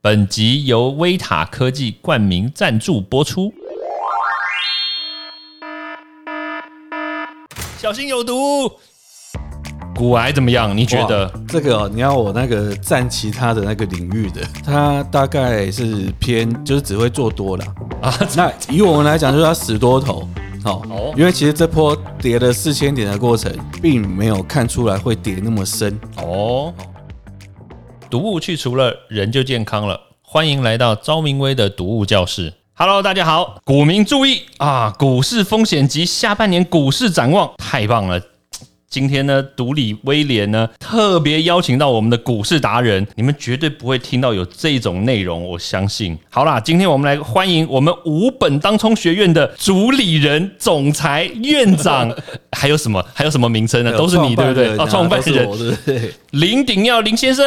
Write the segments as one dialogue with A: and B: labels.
A: 本集由威塔科技冠名赞助播出。小心有毒！骨癌怎么样？你觉得
B: 哇？这个、哦、你要我那个占其他的那个领域的， 他大概是偏就是只会做多啦。
A: 啊？
B: 那以我们来讲，就是他死多头。好、
A: 哦
B: 因为其实这波跌了四千点的过程，并没有看出来会跌那么深。
A: 哦，毒物去除了，人就健康了。欢迎来到昭明威的毒物教室。Hello，大家好，股民注意啊！股市风险及下半年股市展望，太棒了！今天呢，独理威廉呢特别邀请到我们的股市达人，你们绝对不会听到有这种内容，我相信。好啦，今天我们来欢迎我们五本当冲学院的主理人、总裁、院 长，还有什么还有什么名称呢？都是你对不对？
B: 哦
A: 哦，，创办人
B: 都是我对不 对？
A: 林鼎耀林先生，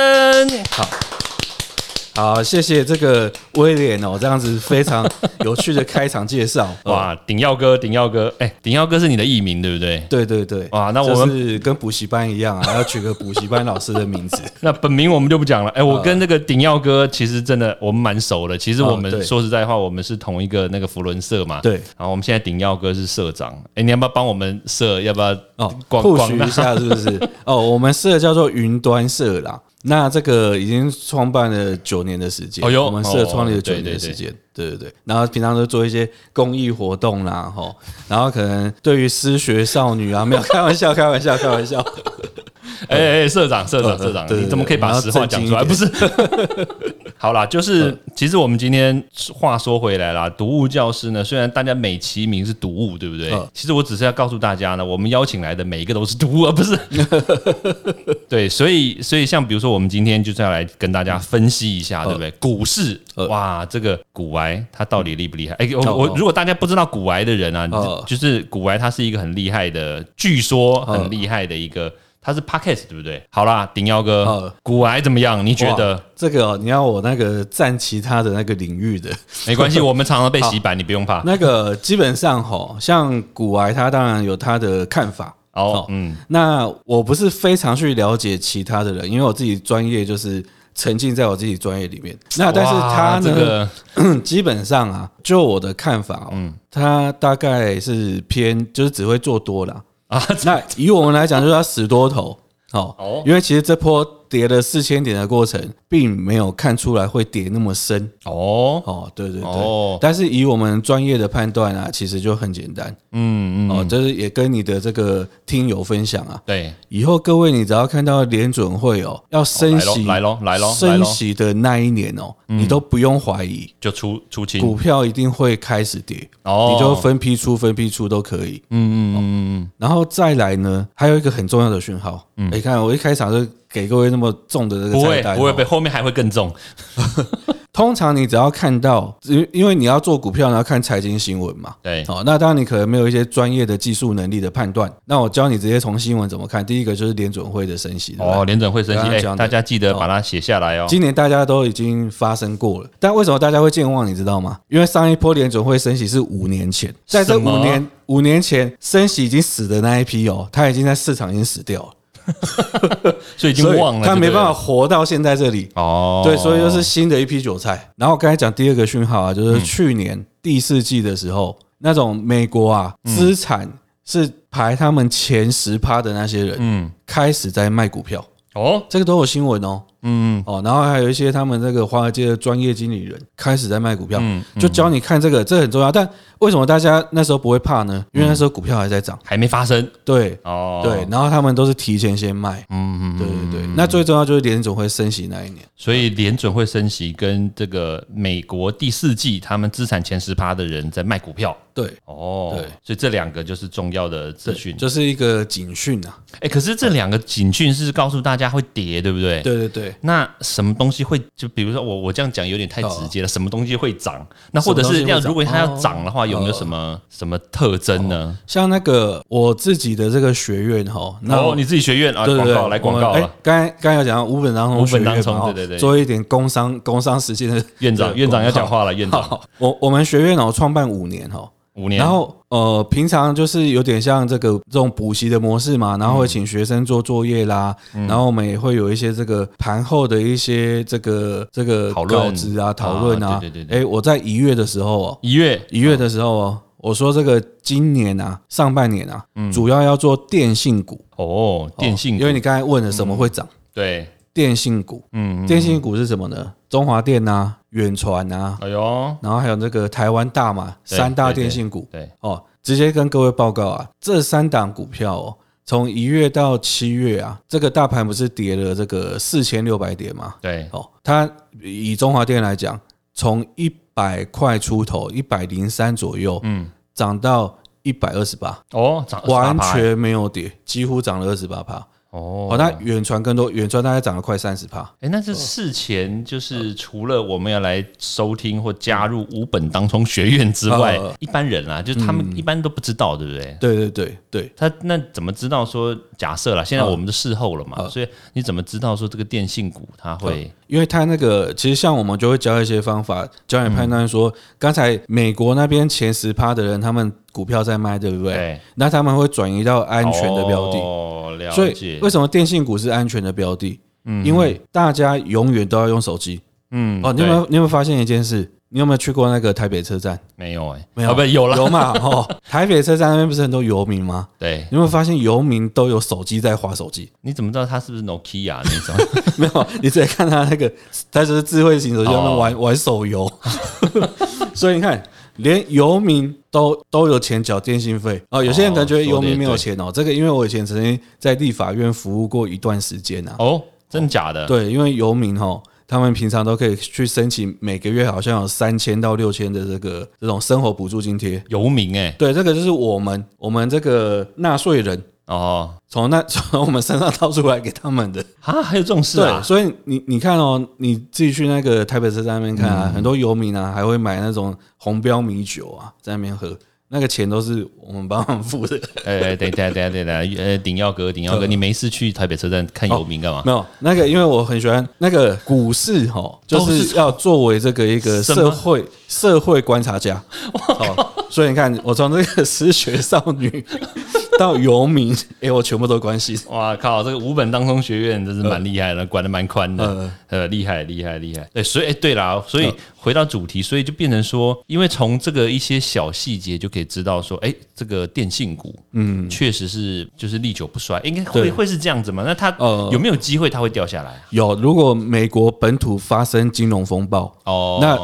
B: 好，谢谢这个威廉哦，这样子非常有趣的开场介绍。哇，
A: 哇，鼎耀哥，鼎耀哥，哎、鼎耀哥是你的艺名对不对？
B: 对对对，
A: 哇那我们
B: 就是跟补习班一样啊，要取个补习班老师的名字。
A: 那本名我们就不讲了。哎、我跟那个鼎耀哥其实真的我们蛮熟的。其实我
B: 哦
A: 们
B: 对
A: 说实在话，我们是同一个那个福伦社嘛。
B: 对
A: 然后我们现在鼎耀哥是社长，哎、你要不要帮我们社？要不要
B: 哦，
A: 广
B: 或
A: 广
B: 许
A: 大
B: 一下是不是？ 哦，我们社叫做云端社啦。那这个已经创办了九年的时间，
A: 哦哟
B: 我们社创立了
A: 哦
B: 九
A: 对
B: 年
A: 对
B: 的时间，对对对。然后平常都做一些公益活动啦，吼，然后可能对于失学少女啊，没有 开玩笑，开玩笑，开玩笑，
A: 哎、哎、社长，社长，
B: 呃
A: 社长，
B: 对对
A: 你怎么可以把实话讲出来？
B: 你
A: 不
B: 要
A: 是， 好啦，
B: 嗯
A: 就是其实我们今天话说回来啦，读物教师呢，虽然大家美其名是读物，对不对？
B: 嗯
A: 其实我只是要告诉大家呢，我们邀请来的每一个都是读物， 而不 是对，所以所以像比如说，我们今天就是要来跟大家分析一
B: 嗯
A: 下，对不对？股市
B: 呃
A: 哇，这个股癌它到底厉不厉害？哎、我
B: 哦
A: 我
B: 哦
A: 如果大家不知道股癌的人啊，你
B: 哦
A: 就是股癌，它是一个很厉害的，据说很
B: 哦
A: 厉害的一个，它是 podcast 对不对？好啦，顶妖哥
B: 哦，
A: 股癌怎么样？你觉得
B: 哇？这个哦、你要我那个占其他的那个领域的，
A: 没关系，我们常常被洗版，你不用怕。
B: 那个基本上吼，像古癌他当然有他的看法，
A: 哦
B: 哦，
A: 嗯，
B: 那我不是非常去了解其他的人，因为我自己专业就是沉浸在我自己专业里面。那啊但是他
A: 哇
B: 呢，
A: 这个
B: 基本上啊，就我的看法、哦，嗯，他大概是偏就是只会做多啦。
A: 啊，
B: 那以我们来讲，就是他死多头。哦，
A: 哦
B: 因为其实这波跌了四千点的过程，并没有看出来会跌那么深。
A: 哦，
B: 哦，对对对。
A: 哦
B: 但是以我们专业的判断啊，其实就很简单。
A: 嗯嗯，
B: 哦，就是也跟你的这个听友分享啊，
A: 对，
B: 以后各位，你只要看到联准会哦要升息，
A: 哦来咯来咯来咯来咯嗯
B: 升息的那一年哦，你都不用怀疑，
A: 就出出清。
B: 股票一定会开始跌，
A: 嗯哦
B: 你就分批出、分批出都可以。
A: 嗯嗯嗯嗯，
B: 然后再来呢，还有一个很重要的讯号，你看我一开场就给各位那么重的这个
A: 不
B: 菜
A: 会
B: 单哦，
A: 不会被后面还会更重。
B: 通常你只要看到，因因为你要做股票，你要看财经新闻嘛。
A: 对，
B: 好、那当然你可能没有一些专业的技术能力的判断，那我教你直接从新闻怎么看。第一个就是联准会的升息，对吧
A: 哦，联准会升
B: 刚
A: 息，
B: 刚
A: 哎，
B: 讲的
A: 大家记得把它写下来哦。
B: 今年大家都已经发生过了，但为什么大家会健忘？你知道吗？因为上一波联准会升息是五年前，在这
A: 什么
B: 五年五年前升息已经死的那一批哦，他已经在市场已经死掉了，
A: 所以已经
B: 所以
A: 忘了，
B: 他没办
A: 法。
B: 法活到现在这里。
A: 哦，
B: 对，所以就是新的一批韭菜。然后我刚才讲第二个讯号啊，
A: 嗯
B: 就是去年第四季的时候，那种美国啊
A: 嗯
B: 资产是排他们前十趴的那些人，
A: 嗯
B: 嗯，开始在卖股票，
A: 哦，
B: 这个都有新闻哦。
A: 嗯，
B: 哦，然后还有一些他们这个华尔街的专业经理人开始在卖股票，
A: 嗯
B: 就教你看这个，这很重要。但为什么大家那时候不会怕呢？因为那时候股票还在涨，
A: 还没发生
B: 对
A: 嗯哦。
B: 对，然后他们都是提前先卖，
A: 嗯，嗯嗯，
B: 对对对。那最重要就是联总会升息那一年，
A: 所以联准会升息跟这个美国第四季他们资产前十趴的人在卖股票。
B: 对
A: 哦，
B: 对，
A: 所以这两个就是重要的资讯。
B: 就是一个警讯啊，
A: 哎、可是这两个警讯是告诉大家会跌，对不对？。
B: 对对对。
A: 那什么东西会就比如说我我这样讲有点太直接了，什么东西会涨？那或者是
B: 哦什
A: 要
B: 么东西会涨
A: 如果它要涨的话，
B: 哦
A: 有没有什么什么特征呢？
B: 像那个我自己的这个学院哈，那
A: 哦，你自己学院啊，
B: 对
A: 广
B: 对对，
A: 告来广告
B: 我们哎
A: 了，
B: 刚才刚才有讲到五本当
A: 五
B: 中学
A: 本
B: 院
A: 当中
B: 嘛，哦
A: 对对对
B: 做一点工商工商实践的
A: 院
B: 这
A: 长
B: 个
A: 院长要
B: 广告
A: 讲话了，院长
B: 好，我我们学院哦创办五年哦，
A: 五年，
B: 然后呃，平常就是有点像这个这种补习的模式嘛，然后会请学生做作业啦，
A: 嗯
B: 然后我们也会有一些这个盘后的一些这个这个
A: 讨论
B: 稿子啊、讨论啊。
A: 啊对对对对
B: 哎，我在一月的时候哦，
A: 一月
B: 一月的时候哦，我说这个今年啊，上半年啊，主要要做电信股，
A: 哦，嗯电信
B: 哦因为你刚才问了什么会涨，
A: 对，
B: 电信股，
A: 嗯，
B: 电信股是什么呢？中华电啊，远传啊，
A: 哎呦，
B: 然后还有那个台湾大嘛，
A: 对
B: 三大
A: 对对
B: 电信股。
A: 对，
B: 哦，直接跟各位报告啊，这三档股票哦，从一月到七月啊，这个大盘不是跌了这个四千六百点嘛？
A: 对，
B: 哦，它以中华电来讲，从一百块出头，一百零三左右，
A: 嗯，
B: 涨到一百二十八，
A: 哦，涨
B: 完
A: 18%
B: 全没有跌，几乎涨了二十八趴。
A: 哦
B: 哦，，那远传更多，远传大概涨了快三十趴。
A: 哎，那这事前就是除了我们要来收听或加入五本当冲学院之外
B: 呃，嗯
A: 一般人啊，就是他们一般都不知道，对不对？
B: 对对对对，
A: 他那怎么知道说？假设啦，现在我们的事后了嘛，
B: 呃
A: 所以你怎么知道说这个电信股它会
B: 因为它那个其实像我们就会教一些方法，教你判断说，刚才美国那边前十趴的人，他们股票在卖，对不对？
A: 对
B: 那他们会转移到安全的标的。
A: 哦，了
B: 所以
A: 解
B: 为。什么电信股是安全的标的？因为大家永远都要用手机。
A: 嗯，
B: 哦，你有没有你有没有发现一件事？你有没有去过那个台北车站？
A: 对没有？哎，
B: 没有
A: 啊不有了。
B: 有嘛？哦，台北车站那边不是很多游民吗？
A: 对，
B: 你有没有发现游民都有手机在划手机？
A: 你怎么知道它是不是 Nokia 那种？
B: 没有，你直接看他那个，他就是智慧型手机在那
A: 哦
B: 边玩、玩手游。 所以你看，连游民都都有钱缴电信费哦。有些人可能觉得
A: 哦
B: 游民没有
A: 说得也对
B: 钱哦，这个因为我以前曾经在立法院服务过一段时间啊。
A: 哦，真的假的？
B: 对，因为游民哈，他们平常都可以去申请，每个月好像有三千到六千的这个这种生活补助津贴。
A: 游民哎，
B: 对，这个就是我们我们这个纳税人
A: 哦，
B: 从那从我们身上掏出来给他们的。
A: 啊，还有这种事
B: 对，
A: 啊？
B: 所以你你看哦，你自己去那个台北车站那边看啊，
A: 嗯
B: 很多游民啊还会买那种红标米酒啊，在那边喝。那个钱都是我们帮他们付的，
A: 哎哎，等一下，等一下，等一下，呃，顶耀哥，顶耀哥，
B: 嗯
A: 你没事去台北车站看游民干嘛？
B: 没有那个，因为我很喜欢那个股市哈，就
A: 都
B: 是
A: 是
B: 要作为这个一个
A: 什么
B: 社会社会观察家。好，所以你看，我从这个失学少女到游民，哎、我全部都关系。
A: 哇靠！这个五本当中学院真是蛮厉害的，管得蛮宽的
B: 呃，
A: 呃，厉害厉害厉害。对，所以哎，对啦，所以回到主题，所以就变成说，因为从这个一些小细节就可以知道说，哎，这个电信股，嗯，确实是就是历久不衰，应该会
B: 对
A: 会是这样子嘛？那它
B: 呃
A: 有没有机会它会掉下来？
B: 有，如果美国本土发生金融风暴，
A: 哦，
B: 那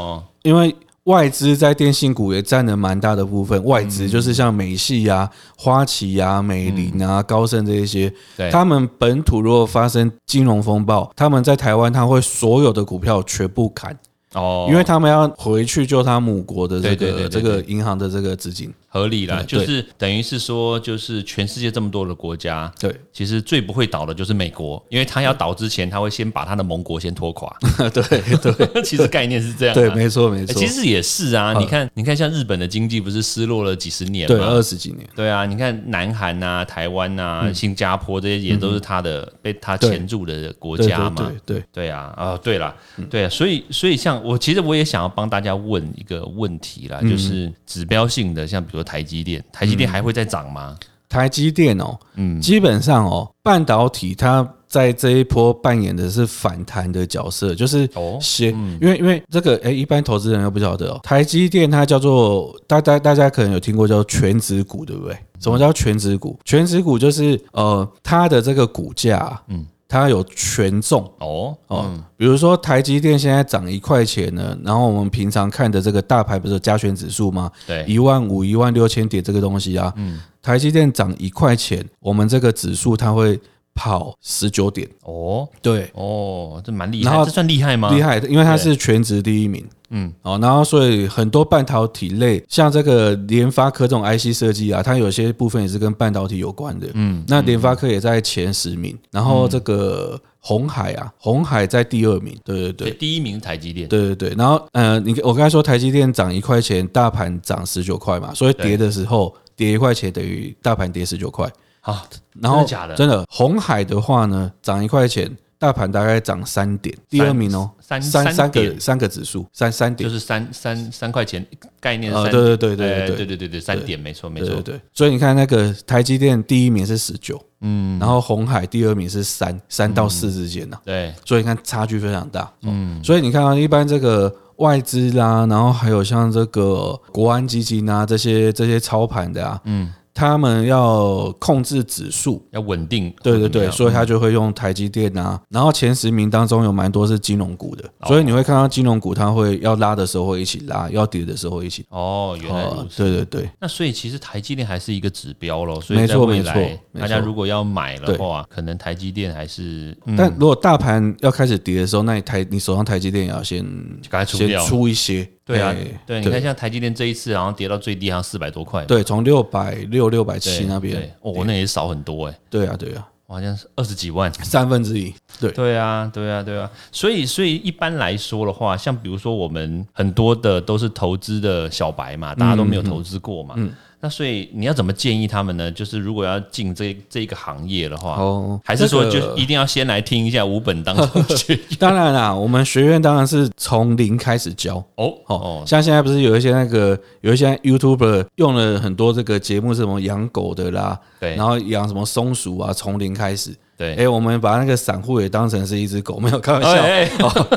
B: 因为外资在电信股也占了蛮大的部分，外
A: 嗯
B: 资就是像美系啊、花旗啊、美林啊、高盛这一些，
A: 嗯对
B: 他们本土如果发生金融风暴，他们在台湾他会所有的股票全部砍，
A: 哦，
B: 因为他们要回去救他母国的这
A: 对对对
B: 个
A: 对
B: 这
A: 对
B: 个银行的这个资金，
A: 合理啦，
B: 嗯
A: 就
B: 对
A: 是等于是说，就是全世界这么多的国家，
B: 对
A: 其实最不会倒的就是美国，因为他要倒之前，他会先把他的盟国先拖 垮。
B: 对对
A: 其实概念是这样、啊，
B: 对，没错没
A: 欸
B: 错，
A: 其实也是啊，你看，你看，像日本的经济不是失落了几十年
B: 对嗯
A: 吗？
B: 二十几年，
A: 对啊，你看南韩啊、台湾
B: 嗯
A: 啊、新加坡这些也都是他的被他钳住的国
B: 对
A: 家
B: 嗯对
A: 嘛
B: 对。嗯对，
A: 对啊，啊，对啦，对啊，所以所以像我其实我也想要帮大家问一个问题
B: 嗯
A: 啦，就是指标性的，像比如说台积电，台积电还会再涨吗？
B: 台积电哦，
A: 嗯，
B: 基本上哦，半导体它在这一波扮演的是反弹的角色，就是
A: 哦
B: 先，因为因为这个哎、一般投资人又不晓得哦，台积电它叫做大家大家可能有听过叫全职股，对不对？什么叫全职股？全职股就是呃，它的这个股价，嗯，它有权重。
A: 哦，
B: 哦，比如说台积电现在涨一块钱呢，然后我们平常看的这个大牌不是有加权指数吗？
A: 对，
B: 一万五、一万六千点这个东西啊，台积电涨一块钱，我们这个指数它会跑十九点，
A: 哦，
B: 对，啊
A: 哦，这蛮厉
B: 然
A: 害，
B: 后
A: 这算厉害吗？
B: 厉害，因为它是全职第一名。
A: 嗯，
B: 哦，然后所以很多半导体类，像这个联发科这种 IC 设计啊，它有些部分也是跟半导体有关的。嗯，那联发科也在前十名，然后这个红海啊，红海在第二名。对对
A: 对，
B: 对。
A: 第一名是台积电，
B: 对对对，然后呃，你我刚才说台积电涨一块钱，大盘涨十九块嘛，所以跌的时候跌一块钱等于大盘跌十九块，
A: 啊，
B: 然后
A: 真的假的
B: 真的，红海的话呢，涨一块钱，大盘大概涨三点，第二名哦，
A: 三
B: 三
A: 三
B: 三
A: 点
B: 个三个指数，三三
A: 就
B: 点，
A: 是三三三块钱概念
B: 呃
A: 三，
B: 对对对对
A: 哎
B: 对
A: 对对对对，三点没错没
B: 对对
A: 错，
B: 对，所以你看那个台积电第一名是十九，嗯，然后红海第二名是三三
A: 嗯
B: 到四之间啊呐、
A: 对
B: 所以你看差距非常大，嗯，所以你看啊，一般这个外资啦、然后还有像这个国安基金啊这些这些操盘的啊，嗯，他们要控制指数。
A: 要稳定，啊
B: 对
A: 或
B: 对
A: 怎么
B: 对，
A: 样
B: 所以他就会用台积电啊，然后前十名当中有蛮多是金融股的，
A: 哦
B: 所以你会看到金融股它会要拉的时候会一起拉，要跌的时候会一起。
A: 哦，原来如
B: 哦
A: 此，。
B: 对对对，
A: 那所以其实台积电还是一个指标咯，所以
B: 没
A: 在
B: 错
A: 未
B: 没
A: 来
B: 错没
A: 大家
B: 错
A: 如果要买的话，可能台积电还是嗯
B: 但如果大盘要开始跌的时候，那你台你手上台积电也要先
A: 赶快出
B: 先
A: 掉。
B: 出一些。
A: 对啊
B: 哎，
A: 对，你看
B: 对
A: 像台积电这一次好像跌到最低好像四百多块嘛，
B: 对，从六百六六百
A: 对
B: 七那
A: 对
B: 边，
A: 哦，那也少很多哎，
B: 对啊对啊，
A: 我好像是二十几万。
B: 三分之一。对
A: 对啊，对啊，对啊。所以，所以一般来说的话，像比如说我们很多的都是投资的小白嘛，大家都没
B: 嗯
A: 有投资过嘛。那所以你要怎么建议他们呢？就是如果要进这这一个行业的话，
B: 哦
A: 还是说
B: 这
A: 就
B: 个
A: 一定要先来听一下五本当中 去
B: 当然啦，我们学院当然是从零开始教。
A: 哦
B: 哦
A: 哦，
B: 像现在不是有一些那个有一些 YouTuber 用了很多这个节目，是什么养狗的啦，
A: 对
B: 然后养什么松鼠啊，从零开始。
A: 对，
B: 哎，我们把那个散户也当成是一只狗，没有开玩笑。
A: 哎 哎
B: 哦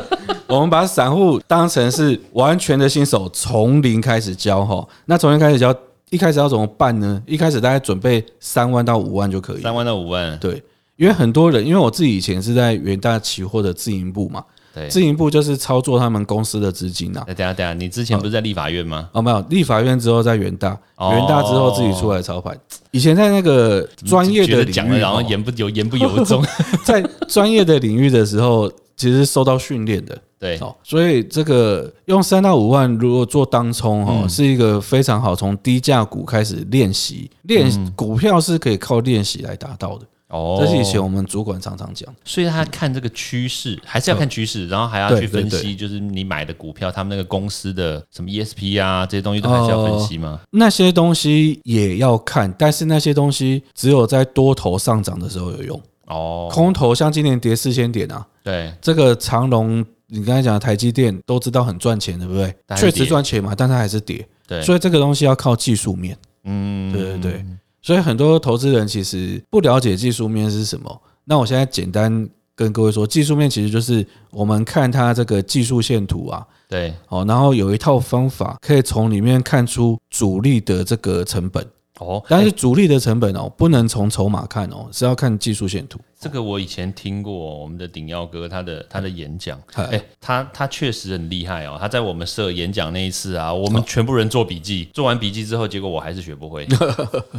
B: 我们把散户当成是完全的新手，从零开始教哈。那从零开始教，一开始要怎么办呢？一开始大概准备三万到五万就可以。
A: 三万到五万，
B: 对，因为很多人，因为我自己以前是在元大期货的自营部嘛，
A: 对。哎
B: 自营部就是操作他们公司的资金呐、啊。
A: 那等一下等一下，你之前不是在立法院吗？
B: 哦，没有，立法院之后在元大，
A: 哦
B: 元大之后自己出来操盘。以前在那个专业
A: 觉
B: 的
A: 得
B: 领
A: 讲了，
B: 域
A: 然后
B: 哦，
A: 言不由言不由 衷。
B: 在专业的领域的时候，其实是受到训练的。
A: 对，
B: 哦，所以这个用三到五万，如果做当冲
A: 嗯
B: 哦，是一个非常好从低价股开始练习，练股票是可以靠练习来达到的。
A: 嗯哦，
B: 这是以前我们主管常常讲，
A: 所以他看这个趋势，还是要看趋势，然后还要去分
B: 嗯对对
A: 析，就是你买的股票，他们那个公司的什么 ESP 啊，这些东西都还是要分析吗？
B: 那些东西也要看，但是那些东西只有在多头上涨的时候有用，
A: 哦，
B: 空头像今年跌四千点啊，
A: 对，
B: 这个长隆。你刚才讲的台积电都知道很赚钱，对不对？
A: 但还是
B: 确
A: 跌
B: 实赚钱嘛，但它还是跌，
A: 对
B: 所以这个东西要靠技术面。
A: 嗯，
B: 对对对，所以很多投资人其实不了解技术面是什么。那我现在简单跟各位说，技术面其实就是我们看它这个技术线图啊，
A: 对，
B: 哦，然后有一套方法可以从里面看出主力的这个成本，
A: 哦，
B: 但
A: 哎
B: 是主力的成本哦，不能从筹码看哦，是要看技术线图。
A: 这个我以前听过我们的顶耀哥他的他的演讲，
B: 嗨
A: 哎，他他确实很厉害哦，他在我们社演讲那一次
B: 嗯
A: 啊，我们全部人做笔记，做完笔记之后，结果我还是学不 会，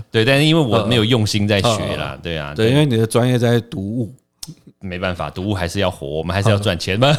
A: 对，但是因为
B: 嗯
A: 我没有用心在学啦，对啊，
B: 对，因为你的专业在读物，
A: 没办法，读物还是要活，我们还是要赚钱 嘛。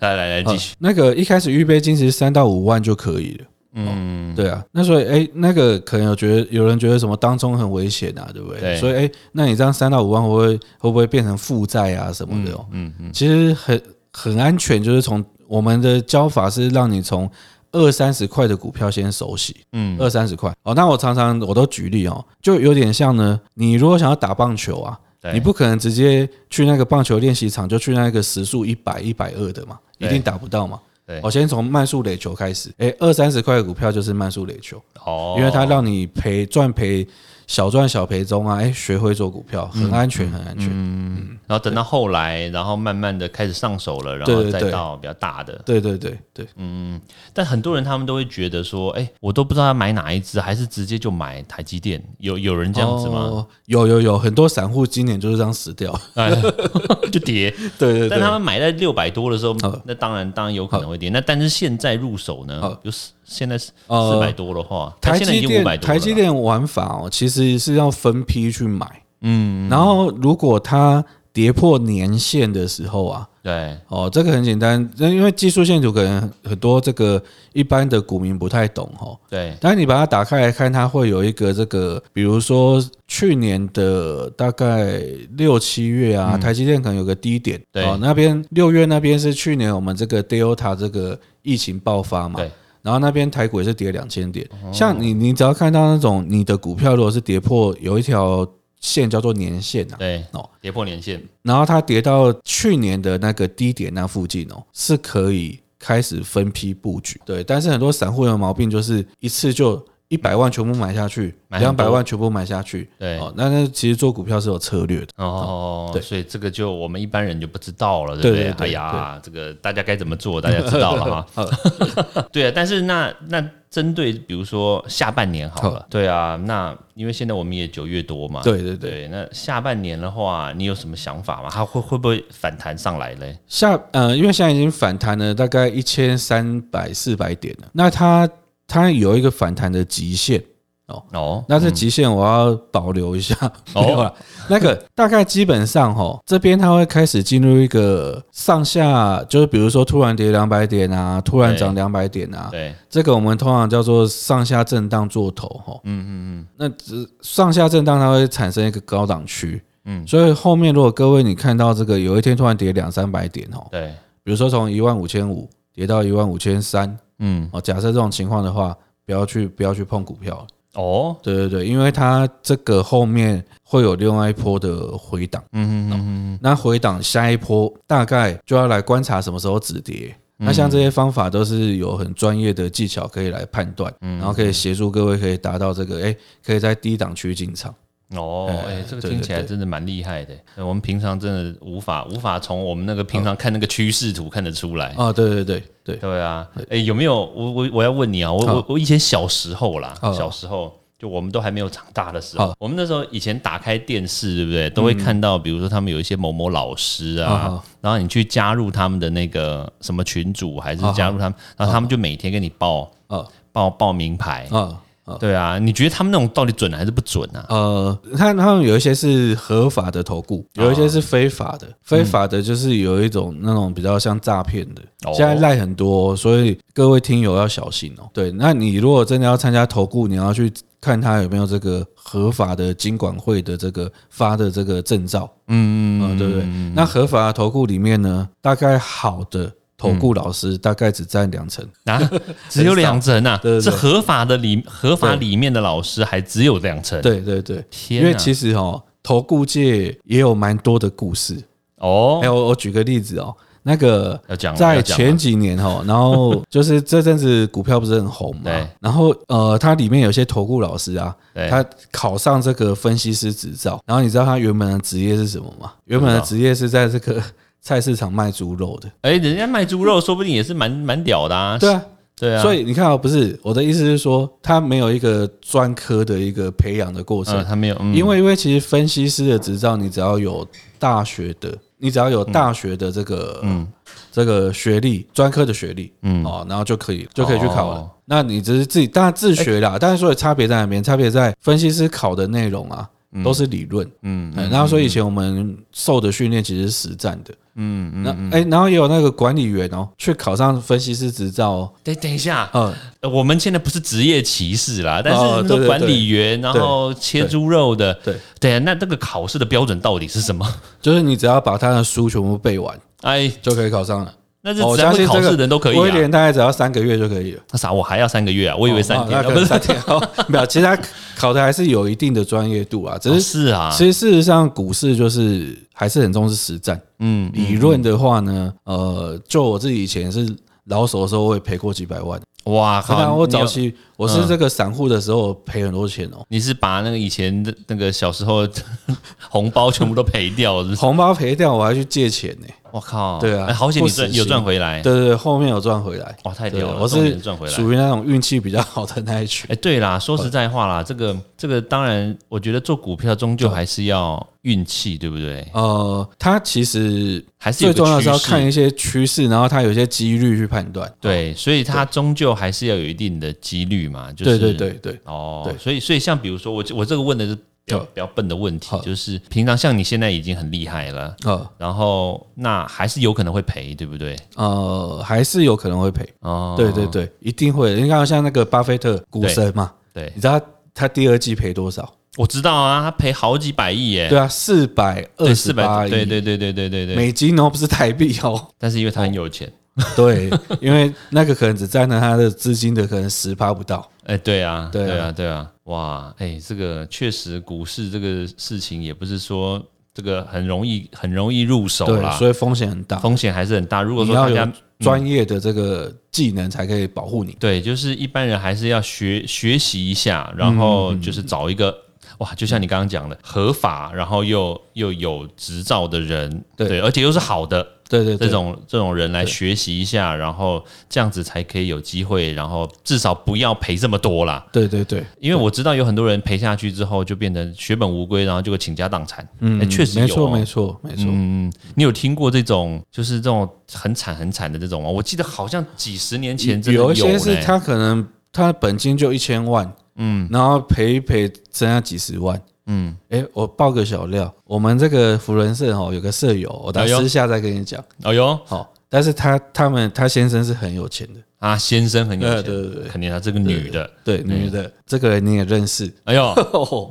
A: 来来来，继续。
B: 嗯那个一开始预备金其实三到五万就可以了。嗯，对啊，那所以哎、那个可能有觉得有人觉得什么当中很危险啊，对不对？
A: 对
B: 所以哎、那你这样三到五万会不会会不会变成负债啊什么的哦？
A: 嗯嗯，
B: 其实很很安全，就是从我们的教法是让你从二三十块的股票先熟悉，
A: 嗯
B: 嗯，二三十块哦。那我常常我都举例哦，就有点像呢，你如果想要打棒球啊，
A: 对
B: 你不可能直接去那个棒球练习场就去那个时速一百、一百二的嘛，
A: 对
B: 一定打不到嘛
A: 对。
B: 我先从慢速垒球开始，诶，二三十块的股票就是慢速垒球，
A: 哦，
B: 因为它让你赔赚赔小赚小赔中啊，诶，学会做股票
A: 嗯
B: 很安全，很安全。
A: 然后等到后来，然后慢慢的开始上手了，然后
B: 对对
A: 再
B: 对
A: 到比较大的。
B: 对对对对，
A: 嗯但很多人他们都会觉得说，哎，我都不知道要买哪一只，还是直接就买台积电。有有人这样子吗？
B: 哦？有有有，很多散户今年就是这样死掉。
A: 哎， 就跌。
B: 对对
A: 但他
B: 对，
A: 们买在六百多的时候
B: 好，
A: 那当然当然有可能会跌。那但是现在入手呢
B: 好，
A: 就是现在四
B: 呃
A: 百多的话，
B: 台
A: 现在已
B: 积
A: 经五
B: 电
A: 百多了
B: 台
A: 啦。
B: 积电玩法哦，其实是要分批去买，
A: 嗯，
B: 然后如果它跌破年限的时候啊，
A: 对
B: 哦，这个很简单，那因为技术线图可能很多这个一般的股民不太懂哦。
A: 对，
B: 但是你把它打开来看，它会有一个这个，比如说去年的大概六七月啊，台积电可能有个低点，
A: 嗯对
B: 哦，那边六月那边是去年我们这个 Delta 这个疫情爆发嘛
A: 对，哦
B: 然后那边台股也是跌两千点。像你，你只要看到那种你的股票如果是跌破有一条线叫做年线啊，
A: 对
B: 哦，
A: 跌破年线，
B: 然后它跌到去年的那个低点那附近哦，是可以开始分批布局。对，但是很多散户的毛病就是一次就一百万全部买下去，
A: 买很
B: 两
A: 多
B: 百万全部买下去。
A: 对
B: 哦，那那其实做股票是有策略的。
A: 哦
B: 对，
A: 所以这个就我们一般人就不知道了，
B: 对
A: 不对？
B: 对对
A: 哎呀，这个大家该怎么做，大家知道 了哈。对啊，但是那那针对比如说下半年好了，对啊，那因为现在我们也九月多嘛，
B: 对对对，
A: 对，那下半年的话，你有什么想法吗？它会会不会反弹上来嘞？
B: 下呃，因为现在已经反弹了大概一千三百四百点了，那它它有一个反弹的极限。
A: 哦，
B: 那这极限我要保留一下，
A: 哦
B: 没有啦。那个大概基本上哈，这边它会开始进入一个上下，就是比如说突然跌两百点啊，突然涨两百点啊，
A: 对，
B: 这个我们通常叫做上下震荡做头哈。嗯嗯嗯。那只上下震荡它会产生一个高档区，
A: 嗯，
B: 所以后面如果各位你看到这个有一天突然跌两三百点哦，
A: 对，
B: 比如说从一万五千五跌到一万五千三
A: 嗯，
B: 哦，假设这种情况的话，不要去不要去碰股票了。
A: 哦，
B: 对对对，因为它这个后面会有另外一波的回档，
A: 嗯嗯嗯
B: 那回档下一波大概就要来观察什么时候止跌。
A: 嗯
B: 那像这些方法都是有很专业的技巧可以来判断，
A: 嗯
B: 然后可以协助各位可以达到这个，哎，可以在低档区进场。
A: 嗯，哦，
B: 哎
A: 哎，这个
B: 对
A: 听
B: 对
A: 起来
B: 对
A: 真的蛮厉害的。我们平常真的无法无法从我们那个平常看那个趋势图看得出来。
B: 哦，对对对对，
A: 对啊，哎，有没有？我我我要问你啊，我我我以前小时候啦，
B: 哦
A: 小时候。就我们都还没有长大的时候
B: 哦，
A: 我们那时候以前打开电视，对不对？都会看
B: 嗯
A: 到，比如说他们有一些某某老师啊
B: 哦，
A: 然后你去加入他们的那个什么群组，还是加入他们，然后他们就每天给你报
B: 哦
A: 报报名牌，
B: 哦哦
A: 对啊，你觉得他们那种到底准还是不准 啊？
B: 呃，他他们有一些是合法的投顾，有一
A: 啊
B: 些是非法的。非法的就是有一种那种比较像诈骗的
A: 哦，
B: 现在赖很多，所以各位听友要小心哦。对，那你如果真的要参加投顾，你要去看他有没有这个合法的金管会的这个发的这个证照，
A: 嗯
B: 嗯，对不对？那合法的投顾里面呢，大概好的投顾老师大概只占两成。
A: 啊，只有两成啊，
B: 对对
A: 是
B: 对
A: 合法的里合法里面的老师还只有两成，
B: 对对对，
A: 天
B: 因
A: 啊，
B: 为其实哦，投顾界也有蛮多的故事。
A: 哦
B: 哎、，我我举个例子哦，那个
A: 要讲了要
B: 在
A: 讲
B: 前
A: 了
B: 几年哦，然后就是这阵子股票不是很红嘛
A: 对，
B: 然后呃，它里面有些投顾老师啊，
A: 对
B: 他考上这个分析师执照，然后你知道他原本的职业是什么吗？原本的职业是在这个菜市场卖猪肉的，
A: 哎，人家卖猪肉说不定也是蛮蛮屌的啊，
B: 对啊。
A: 对啊，
B: 所以你看哦，不是我的意思是说，他没有一个专科的一个培养的过程
A: 嗯，，他没有，嗯
B: 因为因为其实分析师的执照，你只要有大学的，你只要
A: 嗯
B: 有大学的这个嗯这个学历，专科的学历，嗯哦，然后就可以就可以去考
A: 哦哎
B: 了。那你只是自己当然自学啦，但是所以差别在哪边？差别在分析师考的内容啊，都是理论。
A: 嗯
B: 嗯，然后所以以前我们受的训练其实是实战的，
A: 嗯嗯，
B: 那哎、然后也有那个管理员哦，去考上分析师执照哦，
A: 等等一下，
B: 嗯，
A: 呃我们现在不是职业歧视啦，但
B: 哦
A: 是
B: 对
A: 说
B: 对
A: 管
B: 对
A: 理员，然后切猪肉的，
B: 对，
A: 对啊，那这个考试的标准到底是什么？
B: 就是你只要把他的书全部背完，
A: 哎，
B: 就可以考上了。
A: 那是
B: 哦我
A: 只要会
B: 相信
A: 考
B: 这
A: 试
B: 个
A: 的人都可以
B: 威
A: 啊。
B: 廉大概只要三个月就可以了。
A: 那啥，我还要三个月啊？我以为三天，
B: 哦
A: 啊
B: 那
A: 不
B: 可能
A: 是
B: 三天哦， 没有，其实他考的还是有一定的专业度啊，只
A: 哦
B: 是。
A: 是啊，
B: 其实事实上，股市就是还是很重视实战。
A: 嗯，
B: 理论的话呢，呃，就我自己以前是老手的时候，我也赔过几百万。
A: 哇
B: 当然，
A: 靠！
B: 我
A: 你有嗯
B: 早期我是这个散户的时候赔很多钱哦，
A: 你是把那个以前的那个小时候的 红包全部都赔掉了，
B: 红包赔掉，我还去借钱呢。
A: 我靠！
B: 对啊
A: 哎好险你
B: 不死
A: 赚有
B: 心
A: 赚回来
B: 对，对对，后面有赚回来。
A: 哇，太
B: 对，
A: 屌了！
B: 我
A: 终于
B: 是
A: 赚回来。
B: 属于那种运气比较好的那一群。
A: 哎，对啦，说实在话啦，这个这个当然，我觉得做股票终究还是要运气，对不对？
B: 呃，它其实
A: 还是有
B: 最
A: 个
B: 重要的是要
A: 趋势
B: 看一些趋势，然后它有一些几率去判断。
A: 对，所以它终究还是要有一定的几率嘛，就是
B: 对对对对，
A: 哦，
B: 对
A: 所以所以像比如说我我这个问的是比较
B: 好
A: 比较笨的问题
B: 好，
A: 就是平常像你现在已经很厉害了，
B: 呃
A: 然后那还是有可能会赔，对不对？
B: 呃，还是有可能会赔。
A: 哦，
B: 对对对，一定会的。你看像那个巴菲特股神嘛，
A: 对
B: 你，知道他他第二季赔多少？
A: 我知道啊，他赔好几百亿耶，
B: 对啊，四百二
A: 对，
B: 十
A: 四百，
B: 八亿
A: 对对对对对对对。
B: 美金哦，不是台币哦。
A: 但是因为他很有钱，
B: 对，因为那个可能只占了它的资金的可能十趴不到。
A: 哎、对啊，
B: 对啊
A: 对啊，对啊，哇，哎、这个确实股市这个事情也不是说这个很容易很容易入手
B: 对，
A: 啦，
B: 所以风险很大。
A: 风险还是很大。如果
B: 你
A: 说
B: 要
A: 大
B: 有
A: 家
B: 专业的这个技能才可以保护你。
A: 对，就是一般人还是要学学习一下，然
B: 嗯
A: 后就是找一个、哇，就像你刚刚讲的，合法，然后又又有执照的人，
B: 对
A: 而且又是好的
B: 对对
A: 这
B: 对，
A: 种这种人来学习一下，然后这样子才可以有机会，然后至少不要赔这么多啦。
B: 对对对，
A: 因为我知道有很多人赔下去之后就变成血本无归，然后就会倾家荡产。嗯，确、实
B: 没
A: 有、
B: 错
A: 哦。
B: 没错没错。
A: 嗯，你有听过这种就是这种很惨很惨的这种吗？我记得好像几十年前真的
B: 有一
A: 呢
B: 些是他可能他本金就一千万，嗯，然后赔一赔剩下几十万，嗯，哎、我爆个小料，我们这个福伦社哦有个舍友，我等
A: 哎呦
B: 私下再跟你讲，
A: 哦哟
B: 好、但是他他们他先生是很有钱的，
A: 啊，先生很有
B: 呃
A: 钱，
B: 对对对
A: 肯定啊他这个女的，
B: 对，女的，哦这个你也认识，
A: 哎呦，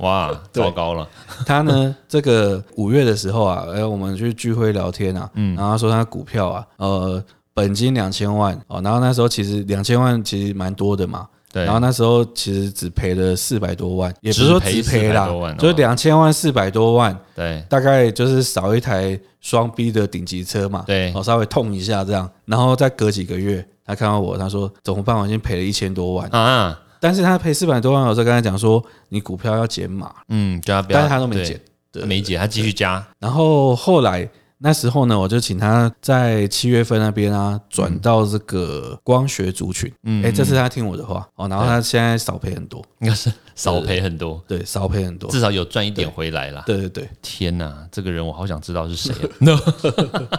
A: 哇，糟糕了，
B: 他呢，这个五月的时候啊，哎，我们去聚会聊天啊，嗯，然后他说他股票啊，呃，本金两千万哦，然后那时候其实两千万其实蛮多的嘛。
A: 对
B: 然后那时候其实只赔了四百多万，也不是
A: 只
B: 说
A: 赔
B: 只赔啦
A: 400多万哦，
B: 就两千万四百多万，
A: 对
B: 大概就是少一台双 B 的顶级车嘛，
A: 对
B: 哦，稍微痛一下这样，然后再隔几个月，他看到我，他说怎么办？我已经赔了一千多万，
A: 啊，
B: 但是他赔四百多万，我就跟他讲说，你股票要减码，
A: 嗯，叫他不要，
B: 但是他都没
A: 对
B: 减，，对
A: 他没解，他继续加，
B: 然后后来那时候呢，我就请他在七月份那边啊，
A: 嗯
B: 转到这个光学族群。嗯，哎，这次他听我的话哦，然后他现在少赔很多，
A: 应该是少赔很多，
B: 对，少赔很多。
A: 至少有赚一点回来啦。
B: 对对对，
A: 天哪，这个人我好想知道是谁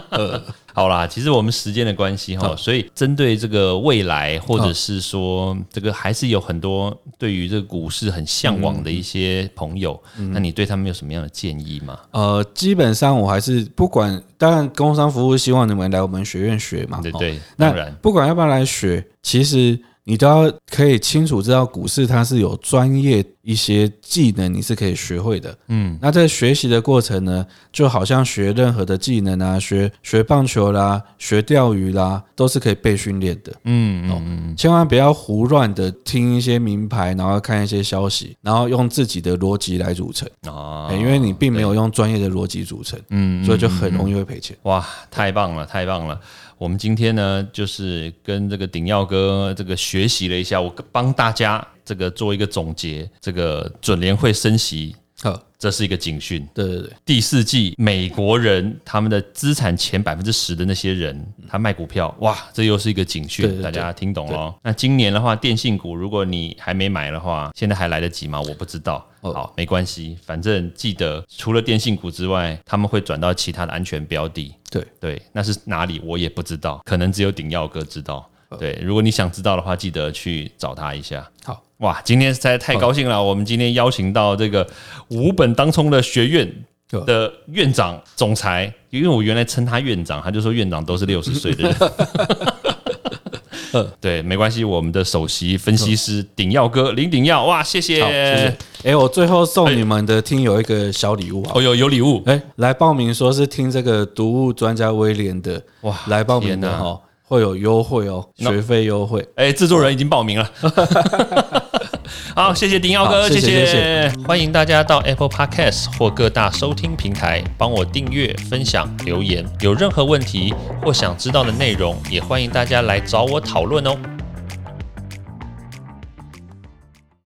A: 啊。好啦，其实我们时间的关系哈，所以针对这个未来，或者是说这个还是有很多对于这个股市很向往的一些朋友，
B: 嗯
A: 那你对他们有什么样的建议吗？
B: 呃，基本上我还是不管，当然工商服务希望你们来我们学院学嘛，
A: 对
B: 哦
A: 对，
B: 那
A: 当然，
B: 不管要不要来学，其实你都要可以清楚知道股市它是有专业一些技能，你是可以学会的。嗯，那在学习的过程呢，就好像学任何的技能啊，学学棒球啦，学钓鱼啦，都是可以被训练的。
A: 嗯
B: 哦
A: 嗯嗯，
B: 千万不要胡乱的听一些名牌，然后看一些消息，然后用自己的逻辑来组成，
A: 哦
B: 哎，因为你并没有用专业的逻辑组成，
A: 嗯，
B: 所以就很容易会赔钱。
A: 哇，太棒了，太棒了！我们今天呢，就是跟这个鼎耀哥这个学习了一下，我帮大家这个做一个总结。这个准联会升息，
B: 好，
A: 这是一个警讯。
B: 对对对，
A: 第四季美国人他们的资产前百分之十的那些人，他卖股票，哇，这又是一个警讯，
B: 对对对
A: 大家听懂了哦。那今年的话，电信股如果你还没买的话，现在还来得及吗？我不知道。
B: 哦
A: 好，没关系，反正记得除了电信股之外，他们会转到其他的安全标的。
B: 对
A: 对，那是哪里我也不知道，可能只有鼎耀哥知道。
B: 嗯
A: 对，如果你想知道的话，记得去找他一下。
B: 好，
A: 哇，今天实在太高兴了！我们今天邀请到这个五本当冲的学院
B: 对
A: 的院长、总裁，因为我原来称他院长，他就说院长都是六十岁 的人。
B: 嗯
A: 对，没关系，我们的首席分析师鼎耀哥林鼎耀，哇，谢谢！
B: 好，谢谢。哎，我最后送你们的听友一个小礼物啊。
A: 哦，有有礼物，
B: 哎、来报名说是听这个读物专家威廉的
A: 哇
B: 哇，来报名的
A: 天哪
B: 哦，会有优惠哦，
A: 那
B: 学费优惠。
A: 哎，制作人已经报 名了。好，谢谢丁耀哥，
B: 好谢谢
A: 谢
B: 谢谢
A: 欢迎大家到 Apple Podcast 或各大收听平台帮我订阅、分享、留言。有任何问题或想知道的内容，也欢迎大家来找我讨论哦。